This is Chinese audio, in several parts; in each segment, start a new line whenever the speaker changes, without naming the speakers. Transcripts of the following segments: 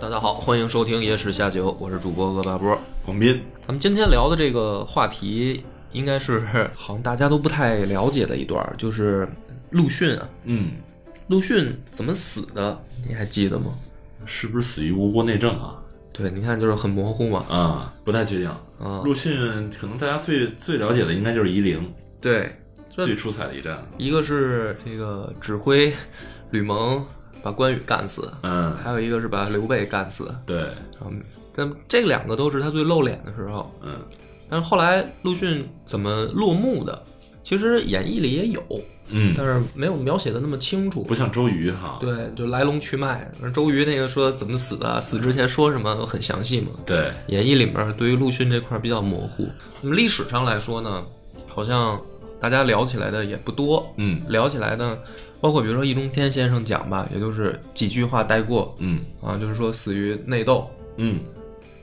大家好，欢迎收听《野史下酒》，我是主播恶霸波。
广斌，
咱们今天聊的这个话题，应该是 好像大家都不太了解的一段儿，就是陆逊啊，
嗯，
陆逊怎么死的？你还记得吗？
是不是死于无国内政啊？
对，你看就是很模糊嘛。
啊、不太确定。
啊，
陆逊可能大家最最了解的应该就是夷陵，
对，这
最出彩的一战。
一个是这个指挥吕蒙把关羽干死，
嗯，
还有一个是把刘备干死。
对，
嗯，但这两个都是他最露脸的时候。
嗯
但是后来陆逊怎么落幕的，其实演义里也有，但
嗯，
是没有描写的那么清楚
不。像周瑜哈。
对，就来龙去脉。而周瑜那个说怎么死的，死之前说什么都很详细嘛。
对，
演义里面对于陆逊这块儿比较模糊。那么历史上来说呢，好像大家聊起来的也不多。
嗯
聊起来呢，包括比如说易中天先生讲吧，也就是几句话带过
嗯
啊，就是说死于内斗。
嗯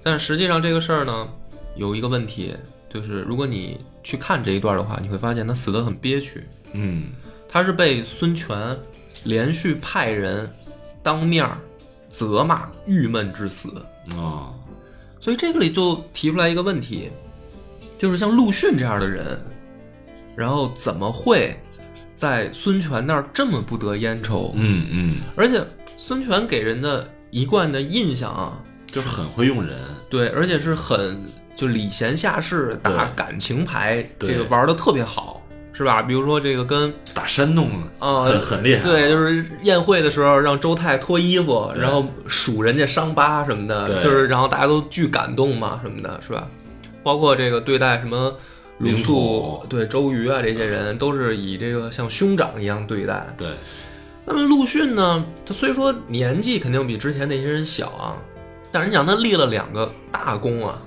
但实际上这个事儿呢，有一个问题，就是如果你去看这一段的话，你会发现他死得很憋屈。
嗯，
他是被孙权连续派人当面儿责骂，郁闷致死。
哦，
所以这个里就提出来一个问题，就是像陆逊这样的人，然后怎么会在孙权那儿这么不得烟抽？
嗯嗯，
而且孙权给人的一贯的印象啊，
就是很会用人。
对，而且是很就礼贤下士、打
对
感情牌，
对
这个玩的特别好，是吧？比如说这个跟
打山洞
啊
很很厉害，
对，就是宴会的时候让周泰脱衣服，
对
然后数人家伤疤什么的，
对
就是然后大家都巨感动嘛什么的，是吧？包括这个对待什么鲁
林
肃
甫、
对周瑜啊这些人，都是以这个像兄长一样对待。
对，
那么陆逊呢，他虽说年纪肯定比之前那些人小啊，但是你想他立了两个大功啊，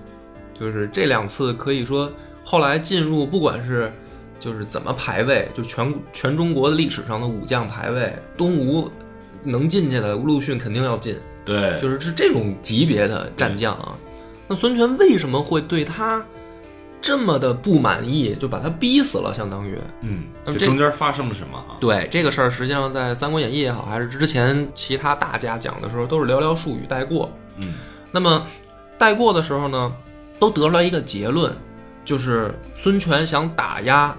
就是这两次可以说后来进入不管是就是怎么排位，就全全中国的历史上的武将排位，东吴能进去的陆逊肯定要进，
对，
就是是这种级别的战将啊。那孙权为什么会对他这么的不满意，就把他逼死了，相当于？
嗯，
那
这
这
中间发生了什么啊？
对这个事儿，实际上在《三国演义》也好，还是之前其他大家讲的时候，都是寥寥数语带过。
嗯
那么带过的时候呢，都得出来一个结论，就是孙权想打压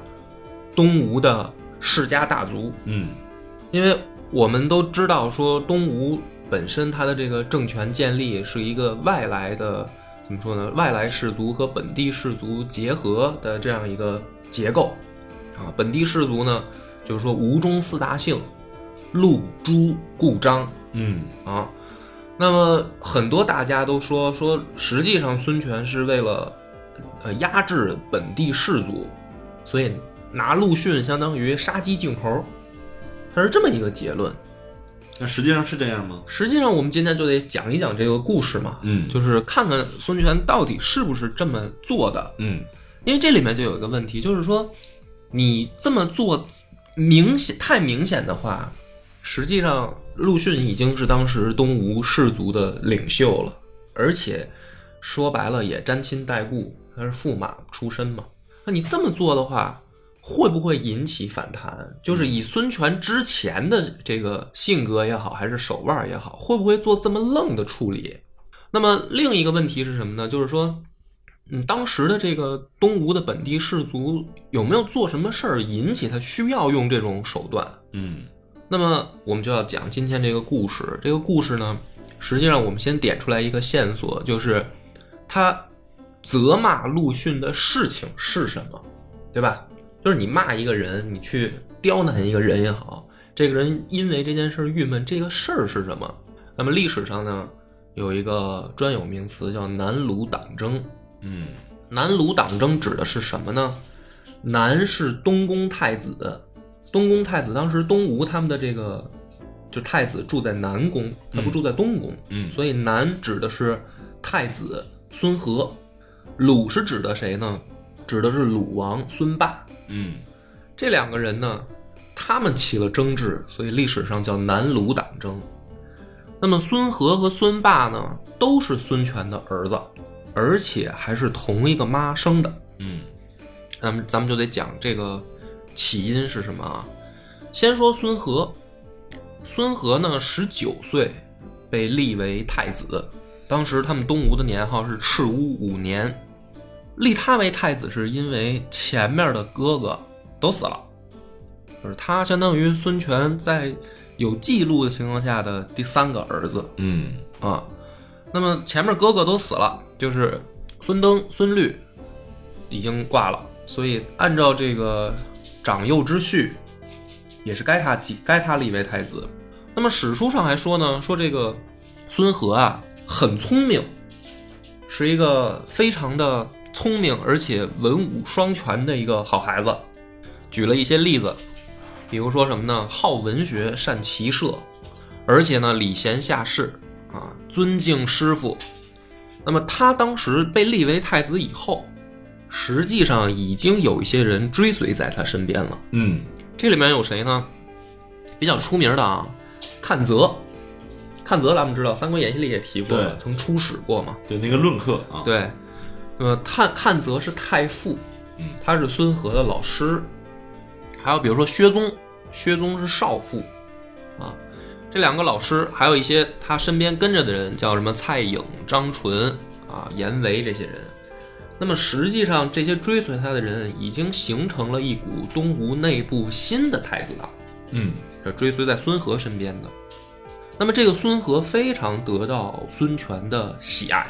东吴的世家大族，
嗯，
因为我们都知道说东吴本身它的这个政权建立是一个外来的，怎么说呢？外来氏族和本地氏族结合的这样一个结构啊。本地氏族呢，就是说吴中四大姓，陆、朱、顾、张
嗯
啊。那么很多大家都说说，实际上孙权是为了呃压制本地氏族，所以拿陆逊相当于杀鸡儆猴，它是这么一个结论。
那实际上是这样吗？
实际上，我们今天就得讲一讲这个故事嘛，
嗯
就是看看孙权到底是不是这么做的。
嗯
因为这里面就有一个问题，就是说你这么做明显太明显的话，实际上陆逊已经是当时东吴氏族的领袖了，而且说白了也沾亲带故，他是驸马出身嘛。那你这么做的话，会不会引起反弹？就是以孙权之前的这个性格也好，还是手腕也好，会不会做这么愣的处理？那么另一个问题是什么呢？就是说，嗯，当时的这个东吴的本地士族有没有做什么事儿引起他需要用这种手段？
嗯
那么我们就要讲今天这个故事。这个故事呢，实际上我们先点出来一个线索，就是他责骂陆逊的事情是什么，对吧？就是你骂一个人，你去刁难一个人也好，这个人因为这件事儿郁闷，这个事儿是什么？那么历史上呢，有一个专有名词叫南鲁党争。
嗯
南鲁党争指的是什么呢？南是东宫太子，东宫太子当时东吴他们的这个就太子住在南宫，他不
嗯
住在东宫，
嗯，
所以南指的是太子孙和，鲁是指的谁呢？指的是鲁王孙霸。
嗯
这两个人呢，他们起了争执，所以历史上叫南鲁党争。那么孙和和孙霸呢，都是孙权的儿子，而且还是同一个妈生的。
嗯
咱们咱们就得讲这个起因是什么啊？先说孙和，孙和呢，十九岁被立为太子，当时他们东吴的年号是赤乌五年。立他为太子是因为前面的哥哥都死了，就是他相当于孙权在有记录的情况下的第三个儿子。
嗯
啊。那么前面哥哥都死了，就是孙登、孙律已经挂了，所以按照这个长幼之序，也是该他继该他立为太子。那么史书上还说呢，说这个孙和啊很聪明，是一个非常的聪明而且文武双全的一个好孩子。举了一些例子，比如说什么呢？好文学，善骑射，而且呢礼贤下士啊，尊敬师傅。那么他当时被立为太子以后，实际上已经有一些人追随在他身边了。
嗯
这里面有谁呢？比较出名的啊，阚泽。阚泽咱们知道，《三国演义》里也提过了，
对
曾出使过嘛。
对，那个论客啊，，
对，呃，阚阚泽是太傅，
嗯
他是孙和的老师。还有比如说薛宗，薛宗是少傅，啊，这两个老师，还有一些他身边跟着的人，叫什么蔡颖、张纯啊、严维这些人。那么实际上，这些追随他的人已经形成了一股东吴内部新的太子党。
嗯
这追随在孙和身边的。那么这个孙和非常得到孙权的喜爱，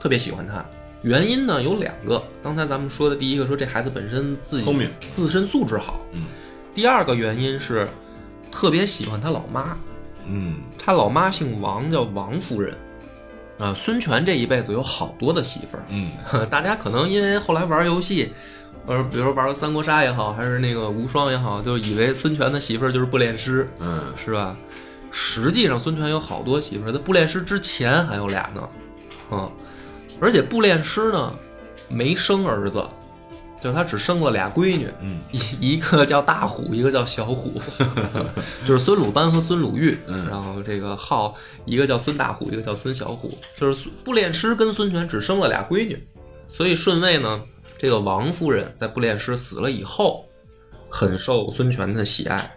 特别喜欢他。原因呢有两个，刚才咱们说的第一个说这孩子本身自己
聪明
自身素质好。
嗯
第二个原因是特别喜欢他老妈，
嗯
他老妈姓王，叫王夫人。啊，孙权这一辈子有好多的媳妇儿，
嗯
大家可能因为后来玩游戏，呃，比如说玩个三国杀也好，还是那个无双也好，就以为孙权的媳妇儿就是不列师，
嗯
是吧？实际上，孙权有好多媳妇儿，他布列师之前还有俩呢，嗯，而且布列师呢没生儿子，就是他只生了俩闺女，
嗯
一一 个叫大虎，一个叫小 虎，就是孙鲁班和孙鲁豫，
嗯
然后这个号一个叫孙大虎，一个叫孙小虎，就是孙布列师跟孙权只生了俩闺女，所以顺位呢，这个王夫人在布列师死了以后，很受孙权的喜爱，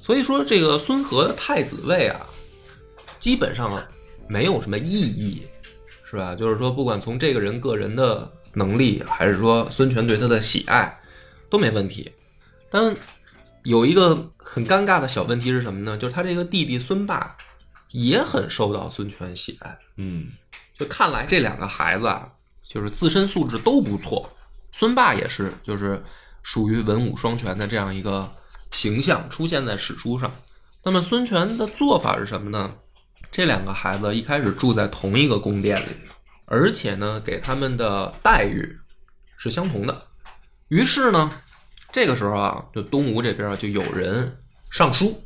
所以说这个孙和的太子位啊，基本上没有什么意义，是吧？就是说，不管从这个人个人的能力，还是说孙权对他的喜爱，都没问题。但有一个很尴尬的小问题是什么呢？就是他这个弟弟孙霸也很受到孙权喜爱。
嗯
就看来这两个孩子啊，就是自身素质都不错。孙霸也是，就是属于文武双全的这样一个形象出现在史书上。那么孙权的做法是什么呢？这两个孩子一开始住在同一个宫殿里，而且呢，给他们的待遇是相同的。于是呢，这个时候啊，就东吴这边就有人上书，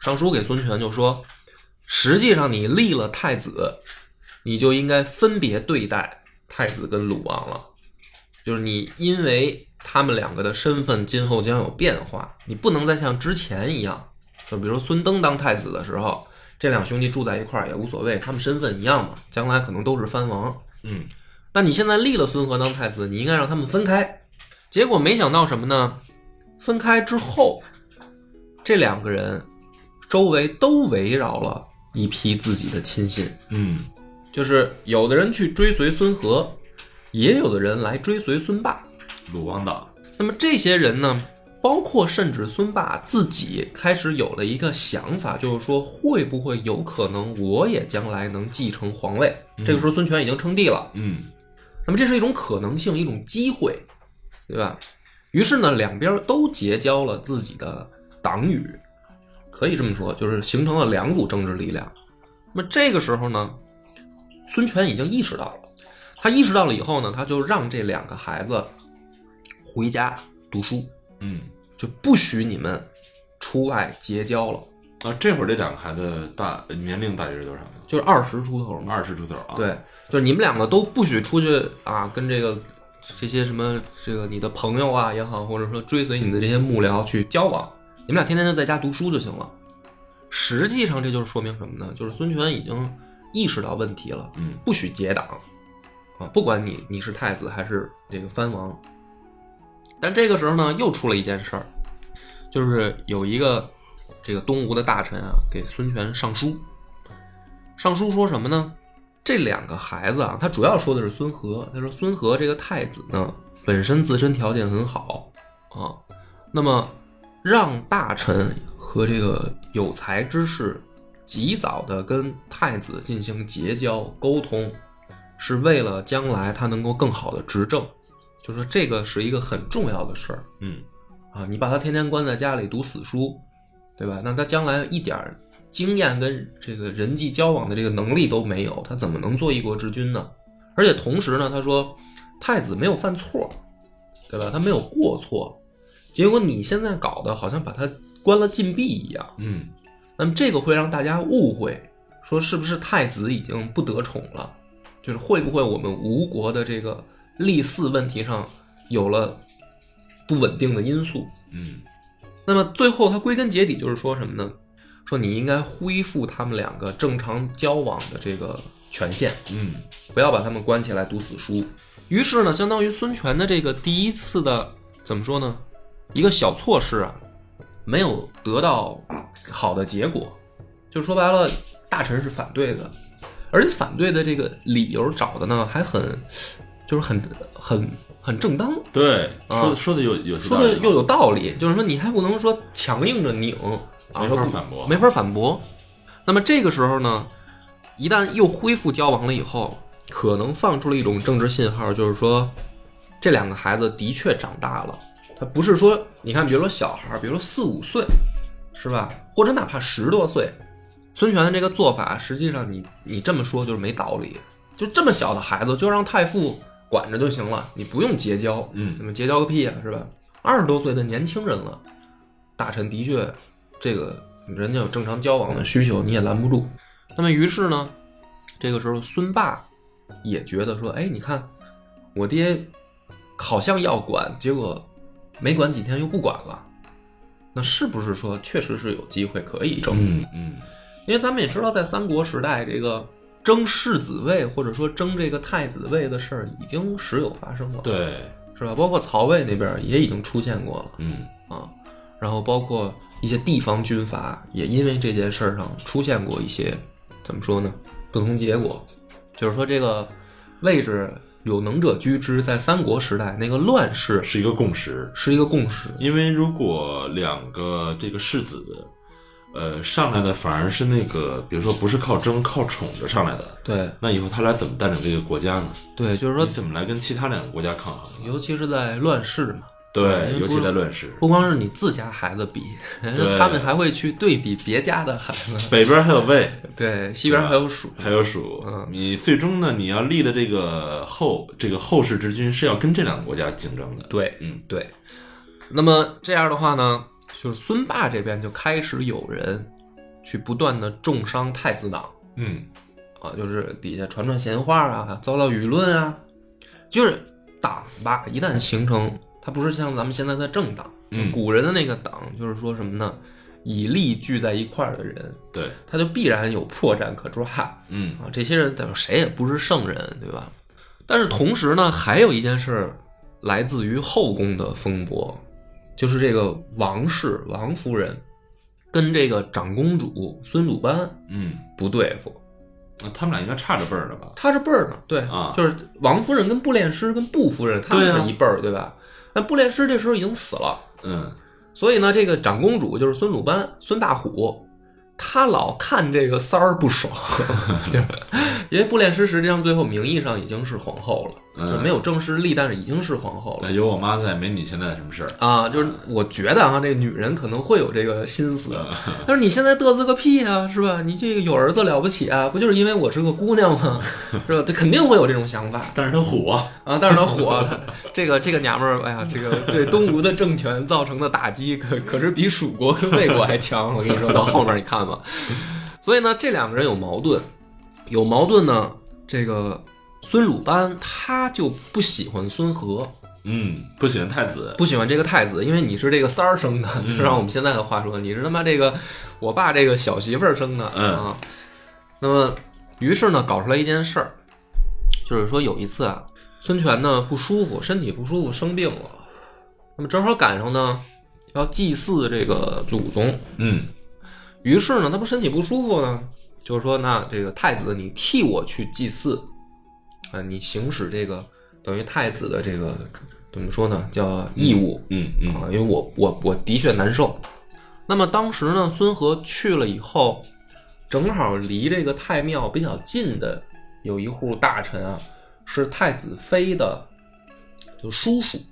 上书给孙权就说，实际上你立了太子，你就应该分别对待太子跟鲁王了。就是你因为他们两个的身份今后将有变化，你不能再像之前一样，就比如说孙登当太子的时候，这两兄弟住在一块儿也无所谓，他们身份一样嘛，将来可能都是藩王。
嗯
那你现在立了孙和当太子，你应该让他们分开。结果没想到什么呢？分开之后，这两个人周围都围绕了一批自己的亲信，
嗯
就是有的人去追随孙和，也有的人来追随孙霸。
鲁王党，
那么这些人呢，包括甚至孙霸自己开始有了一个想法，就是说会不会有可能我也将来能继承皇位？这个时候孙权已经称帝了，
嗯
那么这是一种可能性，一种机会，对吧？于是呢，两边都结交了自己的党羽，可以这么说，就是形成了两股政治力量。那么这个时候呢，孙权已经意识到了，他意识到了以后呢，他就让这两个孩子回家读书，
嗯
就不许你们出外结交了。
啊，这会儿这两个孩子大年龄大约是多少呢？
就是二十出头嘛。
二十出头啊，，
对，就是你们两个都不许出去啊，跟这个这些什么这个你的朋友啊也好，或者说追随你的这些幕僚去交往，你们俩天天就在家读书就行了。实际上，这就是说明什么呢？就是孙权已经意识到问题了，
嗯
不许结党啊，不管你你是太子还是这个藩王。但这个时候呢，又出了一件事儿，就是有一个这个东吴的大臣啊，给孙权上书，上书说什么呢？这两个孩子啊，他主要说的是孙和。他说孙和这个太子呢，本身自身条件很好啊，那么让大臣和这个有才之士及早的跟太子进行结交沟通，是为了将来他能够更好的执政。就说这个是一个很重要的事儿
嗯
啊，你把他天天关在家里读死书，对吧？那他将来一点儿经验跟这个人际交往的这个能力都没有，他怎么能做一国之君呢？而且同时呢，他说太子没有犯错，对吧？他没有过错，结果你现在搞的好像把他关了禁闭一样。
嗯
那么这个会让大家误会，说是不是太子已经不得宠了？就是会不会我们吴国的这个立嗣问题上有了不稳定的因素？
嗯
那么最后他归根结底就是说什么呢？说你应该恢复他们两个正常交往的这个权限，
嗯
不要把他们关起来读死书。于是呢，相当于孙权的这个第一次的怎么说呢，一个小措施啊，没有得到好的结果，就说白了，大臣是反对的，而且反对的这个理由找的呢还很，就是很很很正当，
对，
啊
说的说的有有些
说
道
的
理啊
又有道理，就是说你还不能说强硬着拧啊，
没
说
法
不
反驳
没法反驳。那么这个时候呢，一旦又恢复交往了以后，可能放出了一种政治信号，就是说这两个孩子的确长大了，他不是说你看，比如说小孩儿，比如说四五岁，是吧？或者哪怕十多岁，孙权的这个做法，实际上你你这么说就是没道理，就这么小的孩子就让太傅管着就行了，你不用结交，
嗯
那么结交个屁啊，是吧？二十多岁的年轻人了，大臣的确，这个人家有正常交往的需求，你也拦不住。那么于是呢，这个时候孙霸也觉得说，哎，你看我爹好像要管，结果没管几天又不管了，那是不是说确实是有机会可以争？
嗯嗯
因为咱们也知道，在三国时代，这个争世子位或者说争这个太子位的事儿已经时有发生了，，
对，
是吧？包括曹魏那边也已经出现过
嗯
了啊，然后包括一些地方军阀也因为这件事儿上出现过一些怎么说呢不同结果，就是说这个位置有能者居之，在三国时代那个乱世
是一个共识，
是一个共识，
因为如果两个这个世子，呃，上来的反而是那个，比如说不是靠争靠宠着上来的，
对
那以后他俩怎么带领这个国家呢？
对，就是
你
说，
怎么来跟其他两个国家抗衡呢？
尤其是在乱世嘛。因为
对，
不
尤其
是
在乱世，
不光是你自家孩子比，
对
他们还会去对比别家的孩子，
北边还有魏，
对，西边还有蜀，
还有蜀，
嗯
你最终呢，你要立的这个后这个后世之君是要跟这两个国家竞争的。，
对
嗯
对。那么这样的话呢，就是孙霸这边就开始有人去不断的重伤太子党
嗯
啊，就是底下传传闲话啊，造造舆论啊，就是党吧，一旦形成，它不是像咱们现在的政党，
嗯
古人的那个党就是说什么呢？以利聚在一块儿的人，
对，
他就必然有破绽可抓。
嗯
啊，这些人等于谁也不是圣人，对吧？但是同时呢，还有一件事儿来自于后宫的风波，就是这个王氏王夫人跟这个长公主孙鲁班
嗯，
不对付，
那他们俩应该差着辈儿的吧？
她是辈儿呢，对，
啊
就是王夫人跟布列师跟布夫人他们
对啊
是一辈儿，对吧？那布列师这时候已经死了，
嗯，
所以呢，这个长公主就是孙鲁班，孙大虎，她老看这个三儿不 爽，就是因为布列师实际上最后名义上已经是皇后了，
嗯哎
就没有正式立，但是已经是皇后
那
了。
有我妈在，没你现在什么事儿。
啊，就是我觉得啊，这个女人可能会有这个心思
嗯，
但是你现在嘚瑟个屁啊，是吧？你这个有儿子了不起啊，不就是因为我是个姑娘吗？ 是吧？她肯定会有这种想法。
但是他虎啊，
啊，但是他火了，这个这个娘们儿，哎呀，这个对东吴的政权造成的打击可可是比蜀国跟魏国还强。我跟你说，到后面你看吧。所以呢，这两个人有矛盾，有矛盾呢，这个孙鲁班他就不喜欢孙和，
嗯，不喜欢太子，
不喜欢这个太子，因为你是这个三儿生的，就是让我们现在的话说，你是他妈这个我爸这个小媳妇儿生的、
嗯
啊。那么，于是呢，搞出来一件事儿，就是说有一次啊，孙权呢不舒服，身体不舒服，生病了。那么正好赶上呢，要祭祀这个祖宗，
嗯
于是呢，他不身体不舒服呢，就是说，那这个太子，你替我去祭祀，啊，你行使这个等于太子的这个怎么说呢，叫义务，
嗯
啊，因
嗯
为我我我的确难受。那么当时呢，孙和去了以后，正好离这个太庙比较近的有一户大臣啊，是太子妃的，就叔叔，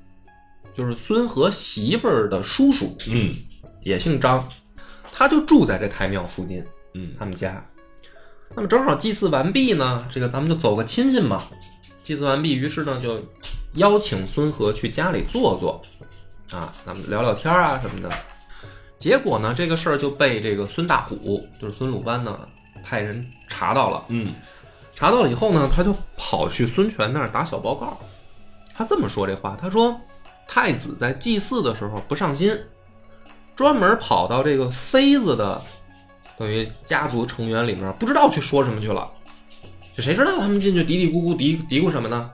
就是孙和媳妇儿的叔叔，
嗯
也姓张，他就住在这太庙附近，
嗯
他们家。那么正好祭祀完毕呢，这个咱们就走个亲戚嘛。祭祀完毕，于是呢就邀请孙和去家里坐坐，啊，咱们聊聊天啊什么的。结果呢，这个事儿就被这个孙大虎，就是孙鲁班呢派人查到了。
嗯
查到了以后呢，他就跑去孙权那儿打小报告。他这么说这话，他说太子在祭祀的时候不上心，专门跑到这个妃子的等于家族成员里面，不知道去说什么去了。这谁知道他们进去嘀嘀咕咕嘀嘀咕什么呢？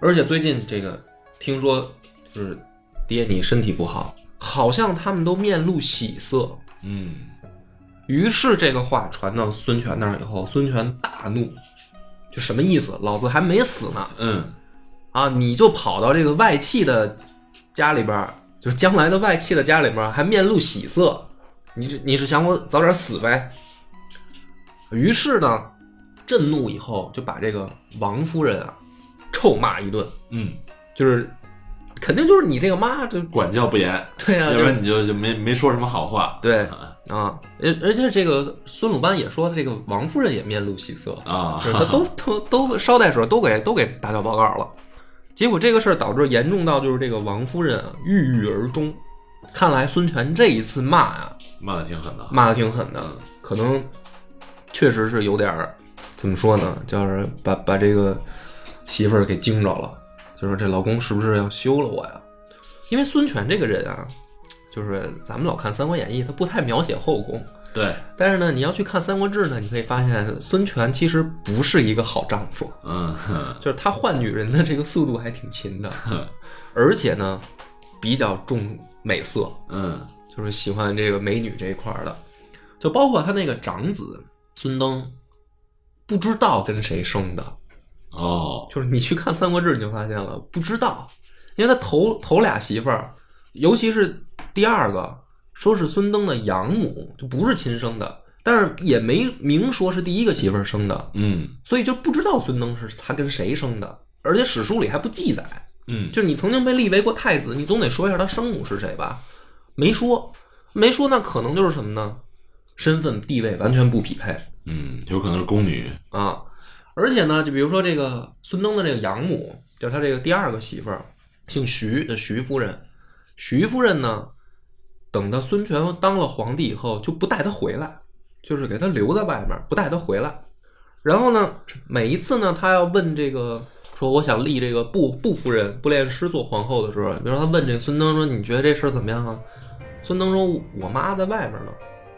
而且最近这个听说就是爹你身体不好，好像他们都面露喜色，
嗯
于是这个话传到孙权那儿以后，孙权大怒，就什么意思？老子还没死呢
嗯
啊，你就跑到这个外戚的家里边儿，就是将来的外戚的家里边儿，还面露喜色，你这你是想我早点死呗？于是呢，震怒以后就把这个王夫人啊臭骂一顿，
嗯，
就是肯定就是你这个妈，就
管教不严，
对啊，
要
就
不
是
然你就就没没说什么好话。
对啊，而而且这个孙鲁班也说，这个王夫人也面露喜色，
啊，
就是他都都都捎带手都给都给打小报告了。结果这个事儿导致严重到就是这个王夫人啊郁郁而终。看来孙权这一次骂啊，
骂的挺狠的。
骂的挺狠的，可能确实是有点儿怎么说呢，就是把把这个媳妇儿给惊着了，就说这老公是不是要休了我呀？因为孙权这个人啊，就是咱们老看《三国演义》，他不太描写后宫，
对，
但是呢，你要去看《三国志》呢，你可以发现孙权其实不是一个好丈夫，
嗯哼
就是他换女人的这个速度还挺勤的，而且呢，比较重美色，
嗯
就是喜欢这个美女这一块儿的，就包括他那个长子孙登，不知道跟谁生的，
哦，
就是你去看《三国志》你就发现了，不知道，因为他头 头俩媳妇儿，尤其是第二个，说是孙登的养母，就不是亲生的，但是也没明说是第一个媳妇儿生的，
嗯
所以就不知道孙登是他跟谁生的，而且史书里还不记载。
嗯，
就是你曾经被立为过太子，你总得说一下他生母是谁吧？没说，没说，那可能就是什么呢？身份地位完全不匹配
嗯，有可能是宫女。
啊！而且呢，就比如说这个孙登的这个养母，就是他这个第二个媳妇儿，姓徐，呃徐夫人。徐夫人呢，等到孙权当了皇帝以后，就不带他回来，就是给他留在外面，不带他回来。然后呢，每一次呢，他要问这个说我想立这个布布夫人布列师做皇后的时候，比如说他问这个孙登说你觉得这事儿怎么样啊？孙登说我妈在外边呢，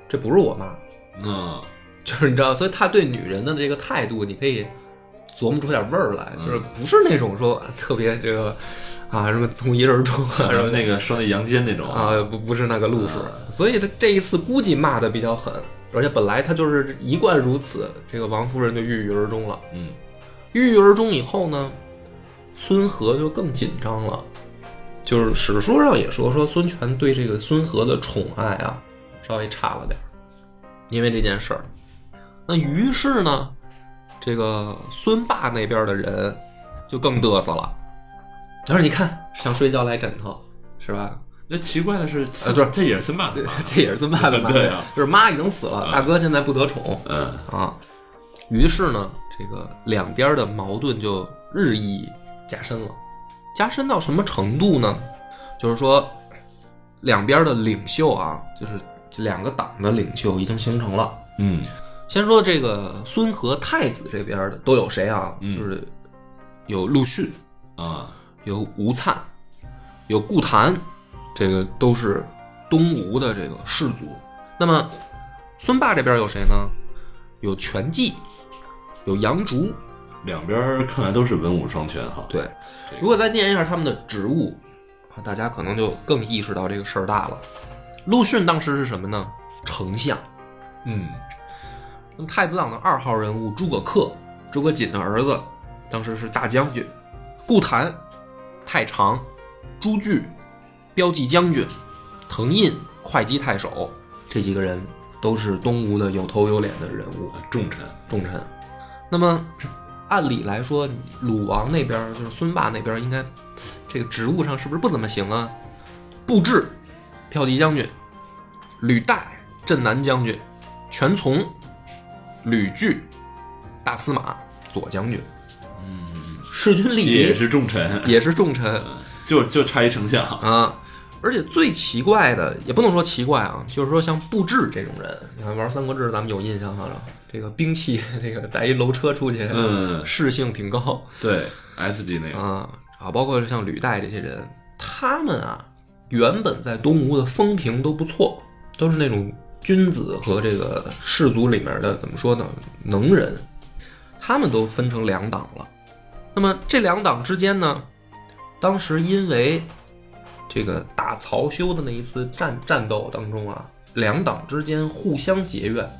这不是我妈，
嗯
就是你知道，所以他对女人的这个态度，你可以琢磨出点味儿来，
嗯
就是不是那种说 特别这个啊什么从一而终啊什
然
么
后那个说那阳间那种
啊，不不是那个路数，所以他这一次估计骂的比较狠，而且本来他就是一贯如此，这个王夫人就郁郁而终了。
嗯
郁郁而终以后呢，孙和就更紧张了。就是史书上也说，说孙权对这个孙和的宠爱啊，稍微差了点儿，因为这件事儿。那于是呢，这个孙霸那边的人就更嘚瑟了。他说：“你看，想睡觉来枕头，是吧？
那奇怪的是，
啊对
这也是孙霸
这
的吧，
这也是孙霸的妈
对啊啊
就是妈已经死了，大哥现在不得宠，
嗯
啊。于是呢，这个两边的矛盾就日益加深了，加深到什么程度呢？就是说，两边的领袖啊，就是这两个党的领袖已经形成了。
嗯
先说这个孙和太子这边的都有谁啊？
嗯
就是有陆逊，
啊，
有吴灿，有顾谭，这个都是东吴的这个氏族。那么孙霸这边有谁呢？有全纪，有杨竹。
两边儿看来都是文武双全哈。
对，
这个
如果再念一下他们的职务，啊大家可能就更意识到这个事儿大了。陆逊当时是什么呢？丞相。
嗯
那么太子党的二号人物诸葛恪，诸葛瑾的儿子，当时是大将军；顾谭、太常、朱据、骠骑将军、滕胤、会稽太守，这几个人都是东吴的有头有脸的人物
重臣，
重臣。那么，按理来说，鲁王那边就是孙霸那边，应该这个职务上是不是不怎么行啊？布置，骠骑将军；吕岱，镇南将军；全琮，吕据；大司马，左将军。嗯，势均力敌
也是重臣，
也是重臣
就就差一丞相。
啊。而且最奇怪的，也不能说奇怪啊，就是说像布置这种人，你看玩三国志咱们有印象哈，这个兵器， 这个带一楼车出去，
嗯，
适性挺高
对，S 级那个，
啊啊，包括像吕岱这些人，他们啊原本在东吴的风评都不错，都是那种君子和这个士族里面的怎么说呢，能人，他们都分成两党了。那么这两党之间呢，当时因为这个打曹休的那一次战战斗当中啊，两党之间互相结怨，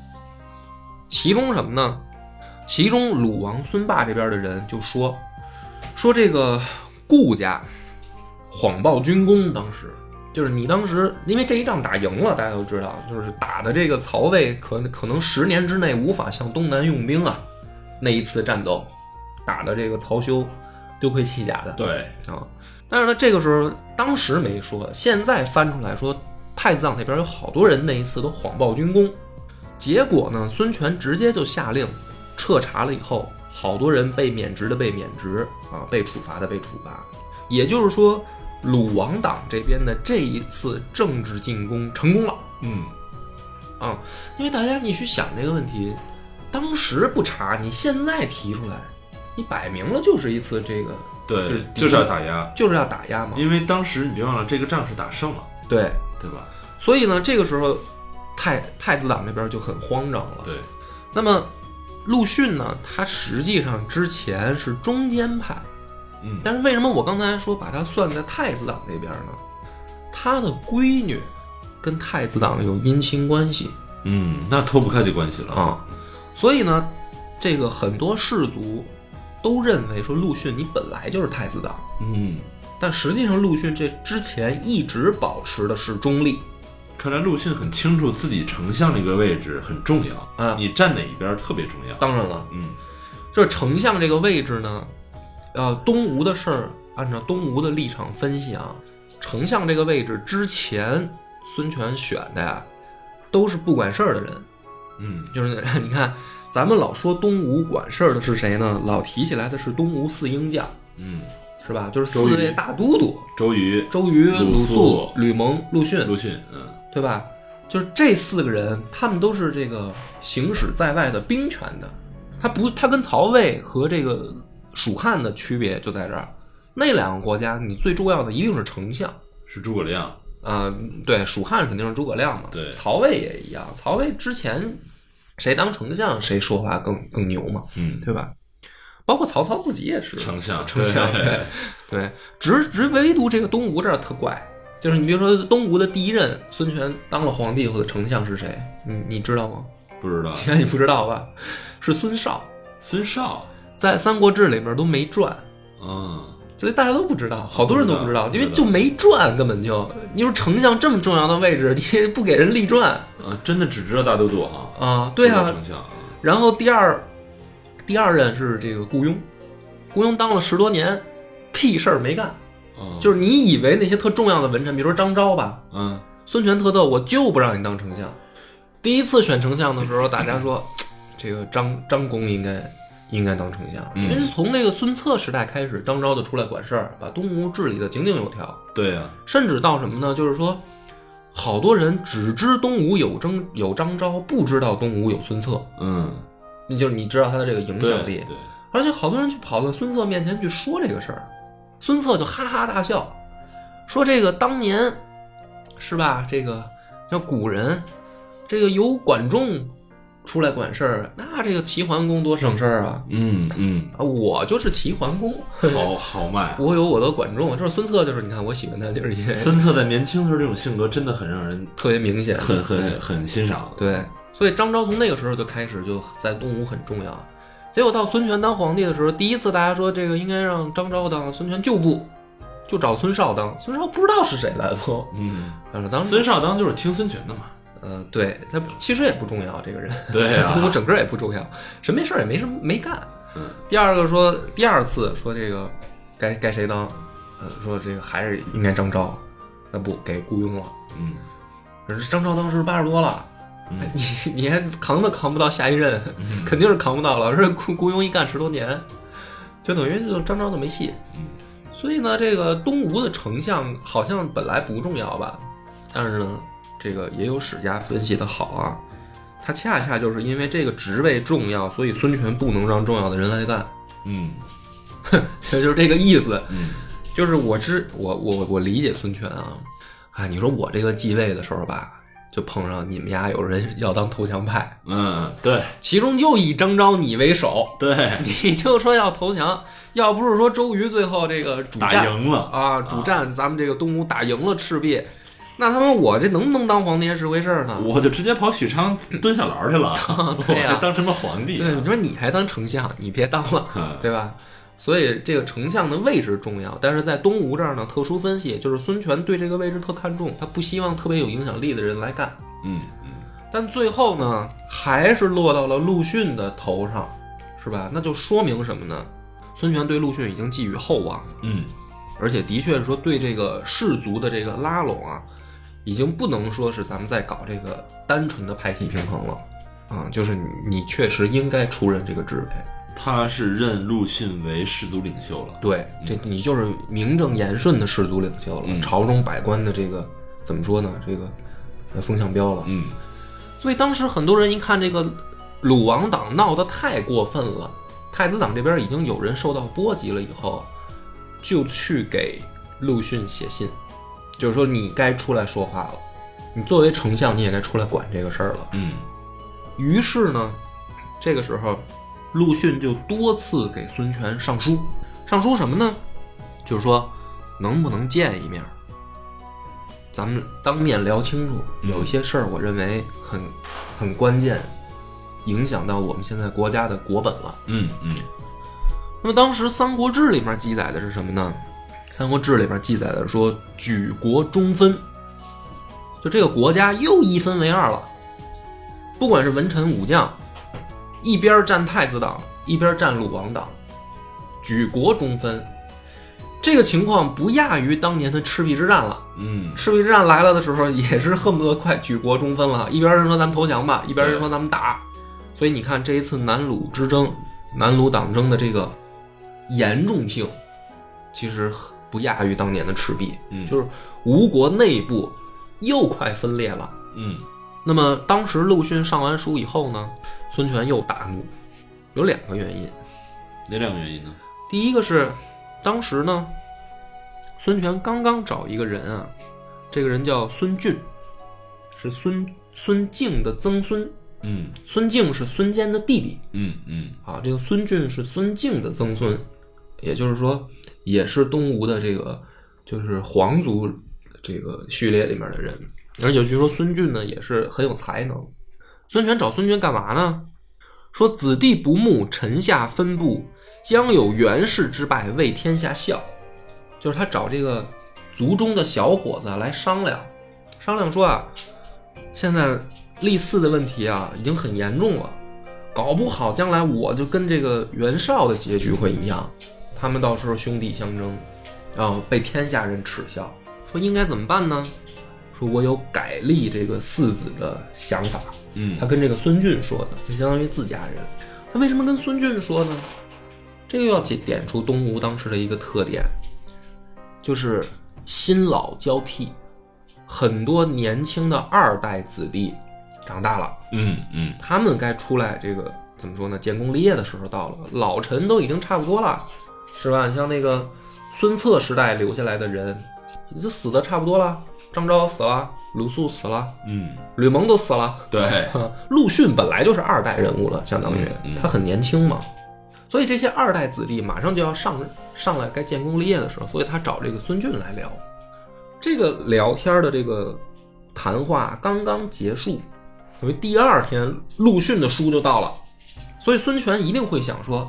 其中什么呢？其中鲁王孙霸这边的人就说，说这个顾家谎报军功，当时就是你当时因为这一仗打赢了，大家都知道，就是打的这个曹魏可可能十年之内无法向东南用兵啊，那一次战斗打的这个曹休丢盔弃甲的，
对，
啊。但是呢，这个时候当时没说，现在翻出来说，太子党那边有好多人那一次都谎报军功，结果呢，孙权直接就下令彻查了以后，好多人被免职的被免职啊，被处罚的被处罚。也就是说，鲁王党这边的这一次政治进攻成功了
嗯，
啊，因为大家你去想这个问题，当时不查，你现在提出来，你摆明了就是一次这个
对，
就
就是是要打压，
就是要打压嘛，
因为当时你别忘了这个仗是打胜了，
对。
对吧？
所以呢，这个时候太太子党这边就很慌张了。
对，
那么陆逊呢，他实际上之前是中间派，
嗯，
但是为什么我刚才说把他算在太子党这边呢？他的闺女跟太子党有姻亲关系
嗯，那脱不开这关系了。
啊，所以呢，这个很多士族都认为说陆逊你本来就是太子党，
嗯，
但实际上陆逊这之前一直保持的是中立。
看来陆逊很清楚自己丞相这个位置很重要
啊
你站哪一边儿特别重要。
当然了，
嗯，
这丞相这个位置呢，呃，东吴的事儿，按照东吴的立场分析啊，丞相这个位置之前孙权选的呀，都是不管事儿的人，
嗯，
就是你看，咱们老说东吴管事儿的是谁呢？老提起来的是东吴四英将，
嗯，
是吧？就是四
周瑜
位大都督：
周瑜、
周瑜、
鲁
鲁肃
肃、
吕蒙、陆逊，
陆逊，嗯，
对吧？就是这四个人，他们都是这个行使在外的兵权的。他不，他跟曹魏和这个蜀汉的区别就在这儿。那两个国家，你最重要的一定是丞相
是诸葛亮。
啊、对，蜀汉肯定是诸葛亮嘛。
对
曹魏也一样。曹魏之前谁当丞相，谁说话更更牛嘛，
嗯，
对吧？包括曹操自己也是
丞相，
丞相
对
对对，只只唯独这个东吴这儿特怪，就是你比如说东吴的第一任孙权当了皇帝后的丞相是谁？你你知道吗？
不知道。
应该你不知道吧？是孙绍，
孙绍，
在《三国志》里面都没传，
嗯，
所以大家都不知道，好多人都不知道，
不
因
知道
为就没传，根本就你说丞相这么重要的位置， 你也不给人立传
啊，真的只知道大都督啊。
啊？对
不知道
啊，
丞相啊，
然后第二第二任是这个雇佣，雇佣当了十多年，屁事儿没干。
嗯
就是你以为那些特重要的文臣，比如说张昭吧，
嗯，
孙权特逗，我就不让你当丞相。第一次选丞相的时候，大家说，这个张张公应该应该当丞相，
嗯
因为从这个孙策时代开始，张昭就出来管事儿，把东吴治理的井井有条，
对啊，
甚至到什么呢？就是说，好多人只知东吴有征有张昭，不知道东吴有孙策，
嗯，
那就是你知道他的这个影
对
响力。
对，
而且好多人去跑到孙策面前去说这个事儿，孙策就哈哈大笑，说这个当年是吧？这个叫古人，这个由管仲出来管事儿，那这个齐桓公多省事儿啊！
嗯嗯，
啊，我就是齐桓公，
好好卖。啊
我有我的管仲，就是孙策，就是你看我喜欢他，就是因为
孙策在年轻时候这种性格真的很让人
特别明显，
很很很欣赏。，
对，所以张昭从那个时候就开始就在东吴很重要。结果到孙权当皇帝的时候，第一次大家说这个应该让张昭当，孙权就不，就找孙绍当。孙绍不知道是谁来的都，
嗯，
但是当时，
孙少当就是听孙权的 嘛。
呃，对他其实也不重要，这个人，
对啊
我整个也不重要，什么事儿也没什么没干。
嗯
第二个说，第二次说这个该该谁当，呃，说这个还是应该张昭，那不给雇佣了。
嗯
可是张昭当时八十多了，哎
嗯
你你还扛都扛不到下一任， 肯定是扛不到了。这雇雇佣一干十多年，就等于就张昭就没戏。
嗯
所以呢，这个东吴的丞相好像本来不重要吧，但是呢，这个也有史家分析的好啊，他恰恰就是因为这个职位重要，所以孙权不能让重要的人来干，
嗯
这就是这个意思。
嗯
就是我知我我我理解孙权啊，哎，你说我这个继位的时候吧，就碰上你们家有人要当投降派，
嗯，对
其中就以张昭你为首，
对，
你就说要投降，要不是说周瑜最后这个主
打
战
赢了。
啊，主战咱们这个东吴打赢了赤壁，那他妈我这能不能当皇帝还是回事儿呢？
我就直接跑许昌蹲小牢 去了，
对啊
我还当什么皇帝、
对， 你说你还当丞相，你别当了，
啊？
对吧？所以这个丞相的位置重要，但是在东吴这儿呢，特殊分析就是孙权对这个位置特看重，他不希望特别有影响力的人来干。
嗯
但最后呢，还是落到了陆逊的头上，是吧？那就说明什么呢？孙权对陆逊已经寄予厚望，
嗯
而且的确是说对这个氏族的这个拉拢啊，已经不能说是咱们在搞这个单纯的派系平衡了，啊、就是你你确实应该出任这个职位，
嗯，他是任陆逊为氏族领袖了。
对，这你就是名正言顺的氏族领袖了，
嗯
朝中百官的这个怎么说呢？这个呃风向标了，
嗯
所以当时很多人一看这个鲁王党闹得太过分了，太子党这边已经有人受到波及了，以后就去给陆逊写信，就是说你该出来说话了，你作为丞相你也该出来管这个事儿了。
嗯
于是呢，这个时候陆逊就多次给孙权上书，上书什么呢？就是说能不能见一面儿，咱们当面聊清楚。
嗯
有一些事儿，我认为很很关键，影响到我们现在国家的国本了。
嗯嗯
那么当时《三国志》里面记载的是什么呢？《三国志》里面记载的说举国中分，就这个国家又一分为二了。不管是文臣武将，一边站太子党，一边站鲁王党，举国中分。这个情况不亚于当年的赤壁之战了。
嗯
赤壁之战来了的时候，也是恨不得快举国中分了，一边人说咱们投降吧，一边人说咱们打。所以你看这一次南鲁之争、南鲁党争的这个严重性，其实不亚于当年的赤壁，
嗯
就是吴国内部又快分裂了。
嗯
那么当时陆逊上完书以后呢，孙权又大怒，有两个原因。
哪两个原因呢？
第一个是，当时呢，孙权刚刚找一个人啊，这个人叫孙俊，是孙孙敬的曾孙，
嗯
孙敬是孙坚的弟弟
嗯嗯
啊，这个孙俊是孙敬的曾孙，也就是说，也是东吴的这个就是皇族这个序列里面的人，而且据说孙俊呢也是很有才能。孙权找孙俊干嘛呢？说子弟不睦，臣下分布，将有袁氏之败，为天下笑。就是他找这个族中的小伙子来商量，商量说啊，现在立嗣的问题啊已经很严重了，搞不好将来我就跟这个袁绍的结局会一样，他们到时候兄弟相争，然后被天下人耻笑。说应该怎么办呢？说我有改立这个嗣子的想法。
嗯
他跟这个孙俊说的，就相当于自家人。他为什么跟孙俊说呢？这个要点点出东吴当时的一个特点，就是新老交替。很多年轻的二代子弟长大了，
嗯嗯
他们该出来这个怎么说呢？建功立业的时候到了，老臣都已经差不多了，是吧？像那个孙策时代留下来的人，就死的差不多了，张昭死了，鲁肃死了，
嗯，
吕蒙都死了，
对，
啊，陆逊本来就是二代人物了，相当于
嗯嗯
他很年轻嘛，所以这些二代子弟马上就要上上来该建功立业的时候，所以他找这个孙俊来聊。这个聊天的这个谈话刚刚结束，等于第二天陆逊的书就到了，所以孙权一定会想说：“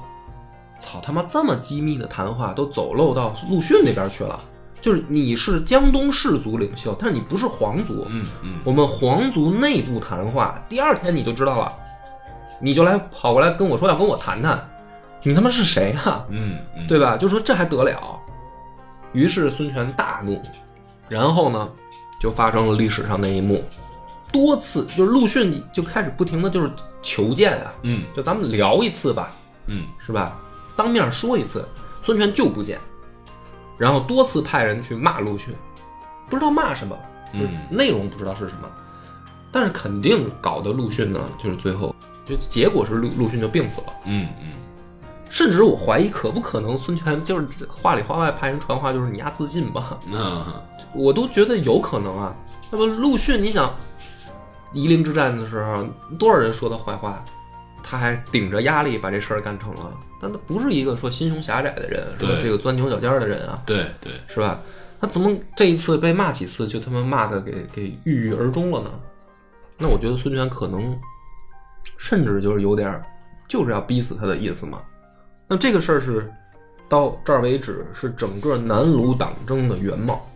操他妈，这么机密的谈话都走漏到陆逊那边去了。”就是你是江东士族领袖，但是你不是皇族，
嗯嗯
我们皇族内部谈话，第二天你就知道了，你就来跑过来跟我说要跟我谈谈，你他妈是谁啊？
嗯嗯，
对吧？就说这还得了？于是孙权大怒，然后呢，就发生了历史上那一幕，多次就是陆逊就开始不停的就是求见啊，
嗯
就咱们聊一次吧，
嗯
是吧？当面说一次，孙权就不见，然后多次派人去骂陆逊，不知道骂什么，
嗯
内容不知道是什么，但是肯定搞得陆逊呢，就是最后就结果是陆陆逊就病死了。
嗯嗯，
甚至我怀疑可不可能孙权就是话里话外派人传话，就是你丫自尽吧，
那
我都觉得有可能啊。那么陆逊，你想，夷陵之战的时候，多少人说他坏话，他还顶着压力把这事儿干成了。但他不是一个说心胸狭窄的人，说
对
这个钻牛角尖儿的人啊。
对对，
是吧？他怎么这一次被骂几次就他妈骂的给给郁郁而终了呢？那我觉得孙权可能甚至就是有点儿就是要逼死他的意思嘛。那这个事儿是到这儿为止是整个南鲁党争的原貌，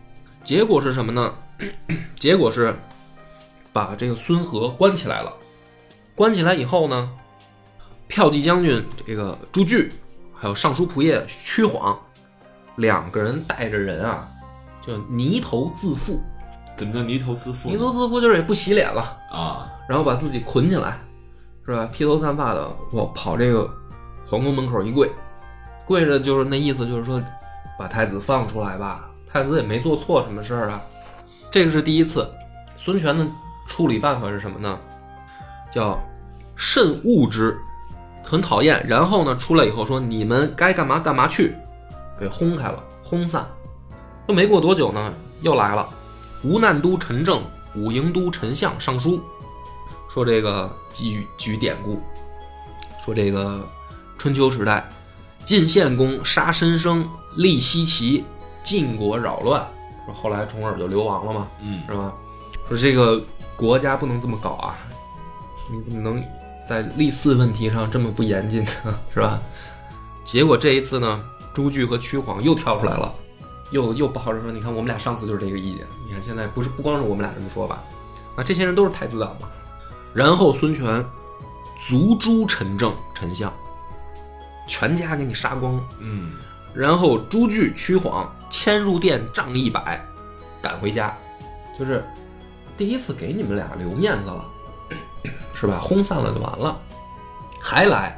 结果是什么呢？ 结果是把这个孙和关起来了。关起来以后呢，骠骑将军这个朱据，还有尚书仆射屈晃，两个人带着人啊，就泥头自缚。
怎么叫泥头自缚
泥
呢？
头自缚就是也不洗脸了，
啊，
然后把自己捆起来，是吧？披头散发的，我跑这个皇宫门口一跪，跪着就是那意思，就是说把太子放出来吧。太子也没做错什么事儿啊，这个是第一次。孙权的处理办法是什么呢？叫慎恶之，很讨厌。然后呢，出来以后说你们该干嘛干嘛去，给轰开了，轰散。又没过多久呢，又来了，吴难都陈正、武营都陈相上书，说这个举举典故，说这个春秋时代，晋献公杀申生，立奚齐，晋国扰乱，说后来重耳就流亡了嘛，
嗯
是吧？说这个国家不能这么搞啊，你怎么能在立嗣问题上这么不严谨呢？ 是吧？结果这一次呢，朱据和屈晃又跳出来了，又又抱着说，你看我们俩上次就是这个意见，你看现在不是不光是我们俩这么说吧？啊，这些人都是太子党嘛。然后孙权族诛陈正、陈相，全家给你杀光了。
嗯
然后朱据、屈晃迁入殿杖一百，赶回家，就是第一次给你们俩留面子了， 是吧？轰散了就完了，还来，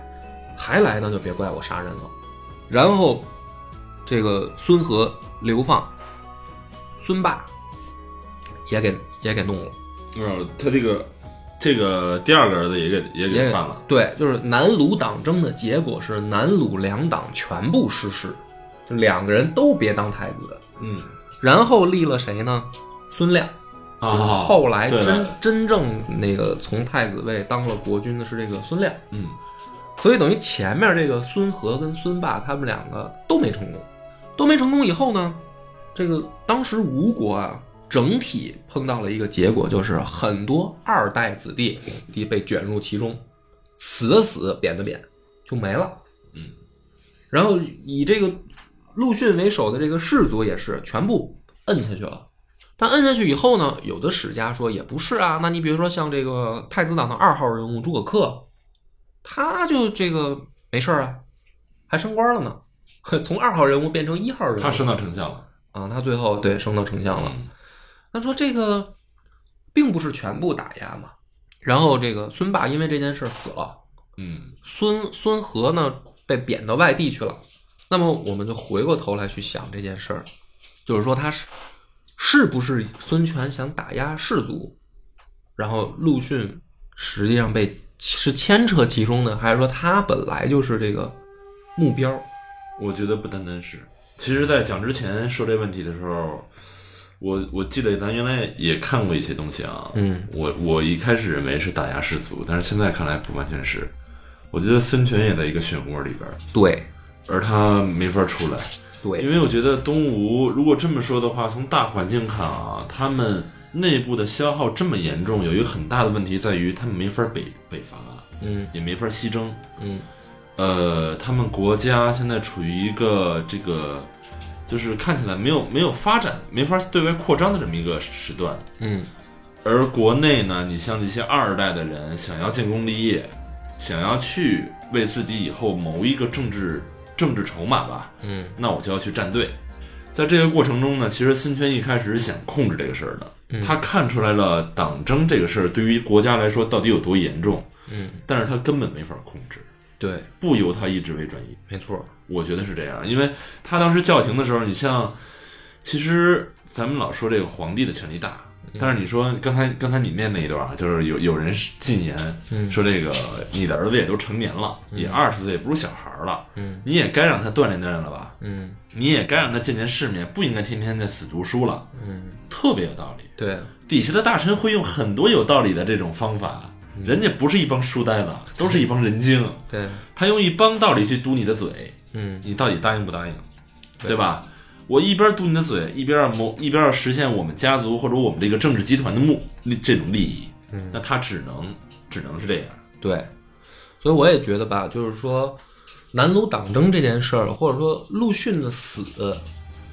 还来那就别怪我杀人了。然后这个孙和流放，孙霸也给也给弄了，
哦，他这个这个第二个儿子也给也
也
给犯了，
对，就是南鲁党争的结果是南鲁两党全部失势，就两个人都别当太子。
嗯
然后立了谁呢？孙亮。就是后来
哦对
真
了
真正那个从太子位当了国君的是这个孙亮，
嗯
所以等于前面这个孙和跟孙霸他们两个都没成功，都没成功以后呢，这个当时吴国啊整体碰到了一个结果，就是很多二代子弟弟被卷入其中，死的死，贬的贬，就没了。
嗯
然后以这个陆逊为首的这个氏族也是全部摁下去了。但摁下去以后呢，有的史家说也不是啊，那你比如说像这个太子党的二号人物诸葛恪，他就这个没事儿啊，还升官了呢， 从二号人物变成一号人物，
他升到丞相了，
啊，他最后对升到丞相了。
嗯
他说这个并不是全部打压嘛。然后这个孙霸因为这件事儿死了，
嗯
孙孙和呢被贬到外地去了。那么我们就回过头来去想这件事儿，就是说他是是不是孙权想打压士族，然后陆逊实际上被是牵扯其中的，还是说他本来就是这个目标？
我觉得不单单是，其实，在讲之前说这问题的时候，我我记得咱原来也看过一些东西啊。
嗯，
我我一开始认为是打压士族，但是现在看来不完全是。我觉得孙权也在一个漩涡里边儿，
对
而他没法出来，因
对，
为我觉得东吴如果这么说的话，从大环境看啊，他们内部的消耗这么严重，有一个很大的问题在于他们没法北北伐，
嗯
也没法西征。
嗯
呃，他们国家现在处于一个这个，就是看起来没有没有发展，没法对外扩张的这么一个时段。
嗯，
而国内呢，你像这些二代的人，想要建功立业，想要去为自己以后谋一个政治政治筹码吧，
嗯，
那我就要去站队。在这个过程中呢，其实孙权一开始是想控制这个事儿的，
嗯
他看出来了党争这个事儿对于国家来说到底有多严重，
嗯
但是他根本没法控制，
对，
不由他意志为转移。
没错，
我觉得是这样，因为他当时叫停的时候，你像，其实咱们老说这个皇帝的权力大，
嗯
但是你说刚才刚才你念那一段啊，就是有有人进言
嗯
说这个你的儿子也都成年了，也二十岁，也不是小孩儿了，
嗯
你也该让他锻炼锻炼了吧，
嗯
你也该让他见见世面，不应该天天在死读书了，
嗯，
特别有道理。
对，
底下的大臣会用很多有道理的这种方法，
嗯
人家不是一帮书呆子，都是一帮人精，
对，
他用一帮道理去堵你的嘴，
嗯
你到底答应不答应，对吧？我一边堵你的嘴，一边要谋，一边要实现我们家族或者我们这个政治集团的目利这种利益，那他只能只能是这样。
对，所以我也觉得吧，就是说南鲁党争这件事儿，或者说陆逊的死，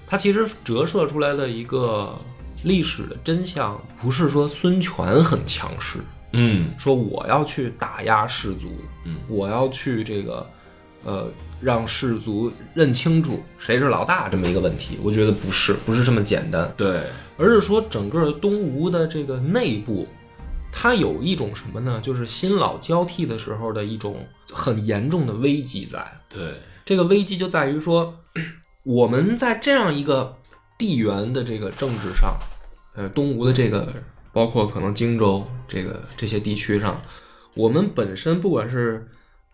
它其实折射出来的一个历史的真相，不是说孙权很强势，
嗯
说我要去打压士族，
嗯
我要去这个，呃，让士族认清楚谁是老大这么一个问题，我觉得不是，不是这么简单，
对，
而是说整个东吴的这个内部，它有一种什么呢？就是新老交替的时候的一种很严重的危机在。
对，
这个危机就在于说，我们在这样一个地缘的这个政治上，呃，东吴的这个，包括可能荆州这个这些地区上，我们本身不管是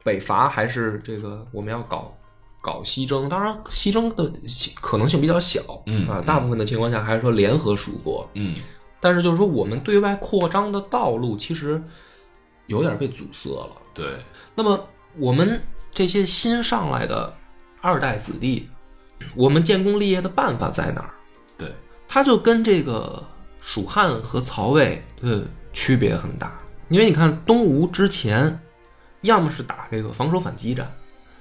北伐还是这个我们要搞搞西征，当然西征的可能性比较小，
嗯
啊，
嗯
大部分的情况下还是说联合蜀国，
嗯
但是就是说我们对外扩张的道路其实有点被阻塞了。
对，
那么我们这些新上来的二代子弟，我们建功立业的办法在哪儿？
对，
它就跟这个蜀汉和曹魏的区别很大，因为你看东吴之前，要么是打这个防守反击战，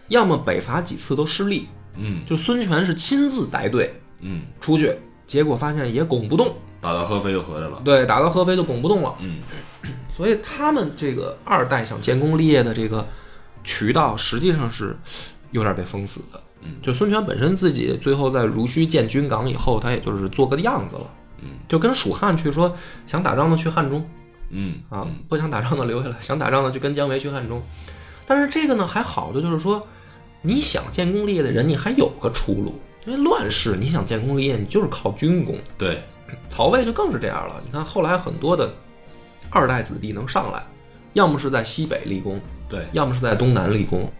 要么北伐几次都失利，
嗯
就孙权是亲自带队
嗯，
出去，结果发现也拱不动，
打到合肥又回来了。
对，打到合肥就拱不动了。
嗯，
所以他们这个二代想建功立业的这个渠道，实际上是有点被封死的。
嗯
就孙权本身自己最后在濡须建军港以后，他也就是做个样子了。
嗯，
就跟蜀汉去说，想打仗的去汉中
嗯
啊
嗯，
不想打仗的留下来， 想打仗的就跟姜维去汉中。但是这个呢，还好的就是说，你想建功立业的人，你还有个出路。因为乱世，你想建功立业，你就是靠军功。
对，
曹魏就更是这样了。你看后来很多的二代子弟能上来，要么是在西北立功，
对，
要么是在东南立功。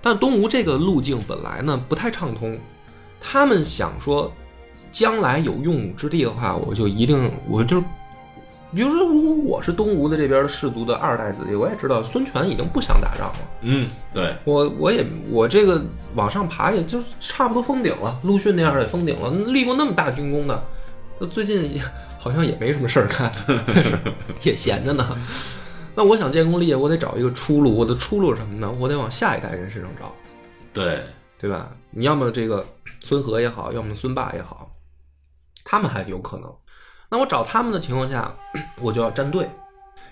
但东吴这个路径本来呢不太畅通，他们想说，将来有用武之地的话，我就一定我就，比如说，如果我是东吴的这边氏族的二代子弟，我也知道孙权已经不想打仗了。
嗯对，
我我也我这个往上爬也就差不多封顶了，陆逊那样也封顶了，立过那么大军功的，最近好像也 没什么事儿干， 是也闲着呢。 那我想建功立业，我得找一个出路。我的出路是什么呢？我得往下一代人身上找，
对，
对吧？你要么这个孙和也好，要么孙霸也好，他们还有可能。那我找他们的情况下，我就要站队。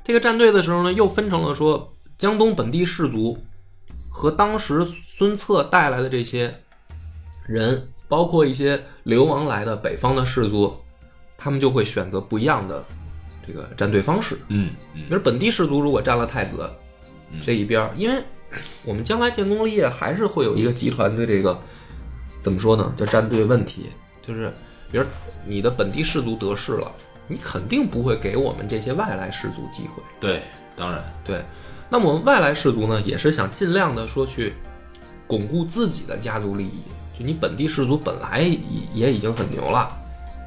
这个站队的时候呢，又分成了说江东本地士族和当时孙策带来的这些人，包括一些流亡来的北方的士族，他们就会选择不一样的这个站队方式。
嗯
比
嗯
如本地士族如果占了太子
嗯
这一边儿，因为我们将来建功立业还是会有一个集团的这个怎么说呢，叫站队问题，就是比如你的本地氏族得势了，你肯定不会给我们这些外来氏族机会。
对，当然，
对，那么我们外来氏族呢，也是想尽量的说去巩固自己的家族利益。就你本地氏族本来也也已经很牛了，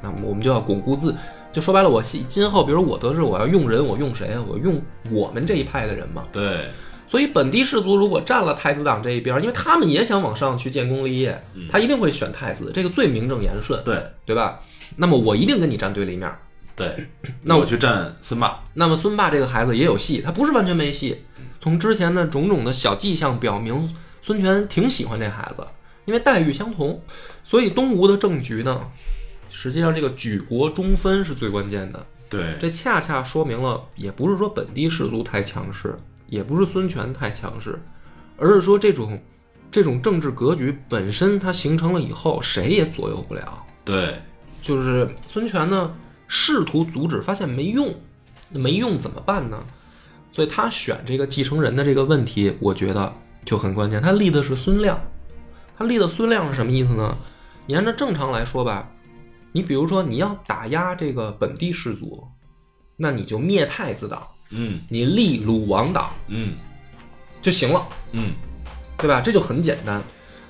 那么我们就要巩固自，就说白了，我今今后比如我得势，我要用人，我用谁啊？我用我们这一派的人嘛。
对，
所以本地氏族如果站了太子党这一边，因为他们也想往上去建功立业，他一定会选太子，这个最名正言顺，
对，
对吧？那么我一定跟你站对立面。
对。
那
我去站孙霸，
那么孙霸这个孩子也有戏，他不是完全没戏。从之前的种种的小迹象表明，孙权挺喜欢这孩子，因为待遇相同，所以东吴的政局呢，实际上这个举国中分是最关键的。
对，
这恰恰说明了，也不是说本地氏族太强势，也不是孙权太强势，而是说这种这种政治格局本身它形成了以后，谁也左右不了。
对，
就是孙权呢试图阻止，发现没用，那没用怎么办呢？所以他选这个继承人的这个问题，我觉得就很关键。他立的是孙亮，他立的孙亮是什么意思呢？你按照正常来说吧，你比如说你要打压这个本地氏族，那你就灭太子党，
嗯
你立鲁王党
嗯
就行了，
嗯，
对吧？这就很简单。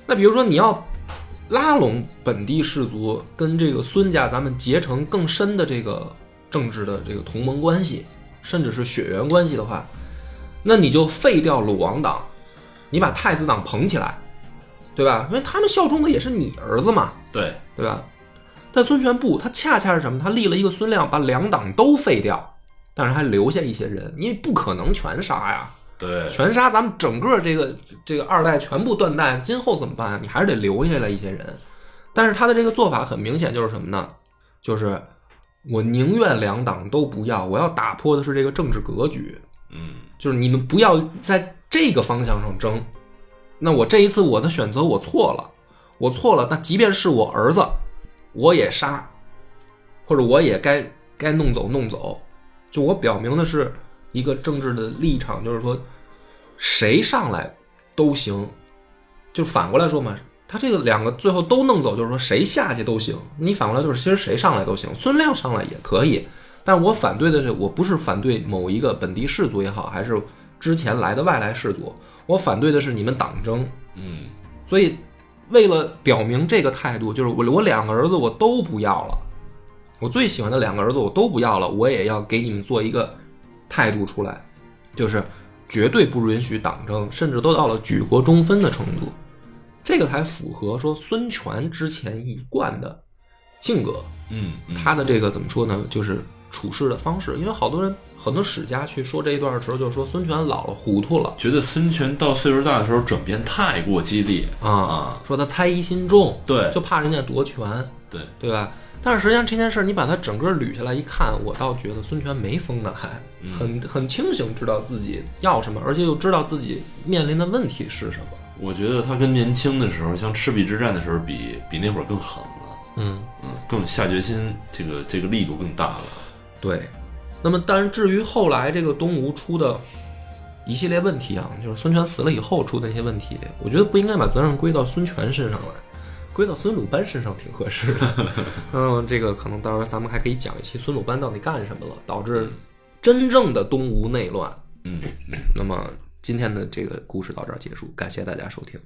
那比如说你要拉拢本地氏族跟这个孙家，咱们结成更深的这个政治的这个同盟关系，甚至是血缘关系的话，那你就废掉鲁王党，你把太子党捧起来，对吧？因为他们效忠的也是你儿子嘛，
对，
对吧？但孙权不，他恰恰是什么？他立了一个孙亮，把两党都废掉，但是还留下一些人，你不可能全杀呀。
对，
全杀，咱们整个这个这个二代全部断代，今后怎么办？你还是得留下来一些人。但是他的这个做法很明显就是什么呢？就是我宁愿两党都不要，我要打破的是这个政治格局，
嗯，
就是你们不要在这个方向上争。那我这一次我的选择我错了，我错了。那即便是我儿子，我也杀，或者我也该该弄走弄走。就我表明的是一个政治的立场，就是说谁上来都行。就反过来说嘛，他这个两个最后都弄走，就是说谁下去都行。你反过来就是，其实谁上来都行，孙亮上来也可以。但我反对的是，我不是反对某一个本地氏族也好，还是之前来的外来氏族，我反对的是你们党争。
嗯，
所以，为了表明这个态度，就是我我两个儿子我都不要了，我最喜欢的两个儿子我都不要了，我也要给你们做一个态度出来，就是绝对不允许党争，甚至都到了举国中分的程度，这个才符合说孙权之前一贯的性格。
嗯，嗯
他的这个怎么说呢？就是处事的方式，因为好多人很多史家去说这一段的时候，就是说孙权老了糊涂了
觉得孙权到岁数大的时候转变太过激烈
啊，说他猜疑心重，
对
就怕人家夺权，
对，
对吧？但是实际上这件事儿，你把它整个捋下来一看，我倒觉得孙权没疯呢，还
嗯
很很清醒，知道自己要什么，而且又知道自己面临的问题是什么。
我觉得他跟年轻的时候，像赤壁之战的时候比，比那会儿更狠了，
嗯，
嗯，更下决心，这个这个力度更大了，
对。那么，但是至于后来这个东吴出的一系列问题啊，就是孙权死了以后出的那些问题，我觉得不应该把责任归到孙权身上来，归到孙鲁班身上挺合适 的。嗯，这个可能到时候咱们还可以讲一期孙鲁班到底干什么了，导致真正的东吴内乱。
嗯。
那么今天的这个故事到这儿结束，感谢大家收听。